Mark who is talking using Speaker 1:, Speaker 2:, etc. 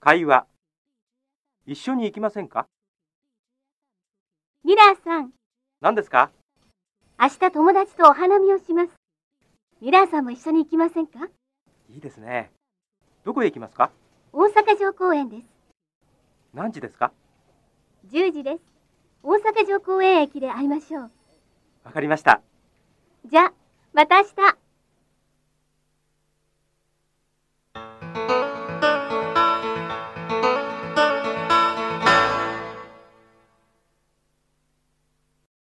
Speaker 1: 会話一緒に行きませんか
Speaker 2: ミラーさん、
Speaker 1: 何ですか
Speaker 2: 明日友達とお花見をします。ミラーさんも一緒に行きませんか
Speaker 1: いいですねどこへ行きますか
Speaker 2: 大阪城公園です。
Speaker 1: 何時ですか
Speaker 2: 10時です。大阪城公園駅で会いましょう。
Speaker 1: わかりました
Speaker 2: じゃあ、また明日。